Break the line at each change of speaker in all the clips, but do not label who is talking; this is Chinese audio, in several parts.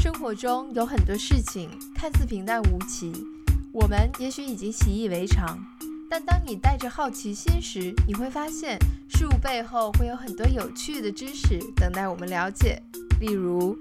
生活中有很多事情看似平淡无奇，我们也许已经习以为常，但当你带着好奇心时，你会发现事物背后会有很多有趣的知识等待我们了解。例如，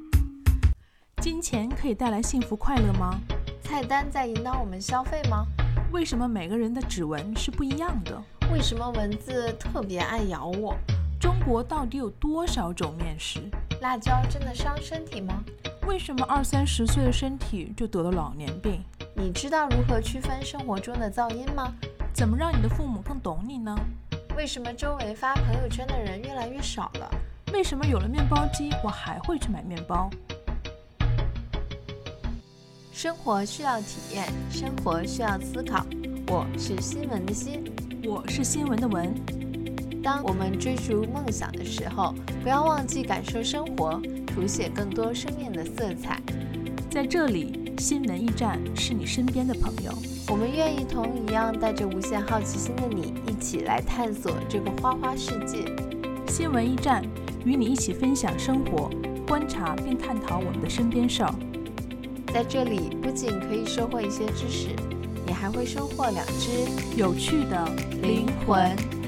金钱可以带来幸福快乐吗？
菜单在引导我们消费吗？
为什么每个人的指纹是不一样的？
为什么文字特别爱咬我？
中国到底有多少种面食？
辣椒真的伤身体吗？
为什么二三十岁的身体就得了老年病？
你知道如何区分生活中的噪音吗？
怎么让你的父母更懂你呢？
为什么周围发朋友圈的人越来越少了？
为什么有了面包机，我还会去买面包？
生活需要体验，生活需要思考。我是新闻的新。
我是新闻的文，
当我们追逐梦想的时候，不要忘记感受生活，谱写更多生命的色彩。
在这里，新闻驿站是你身边的朋友。
我们愿意同一样带着无限好奇心的你，一起来探索这个花花世界。
新闻驿站与你一起分享生活，观察并探讨我们的身边事儿。
在这里，不仅可以收获一些知识，你还会收获两只
有趣的
灵魂。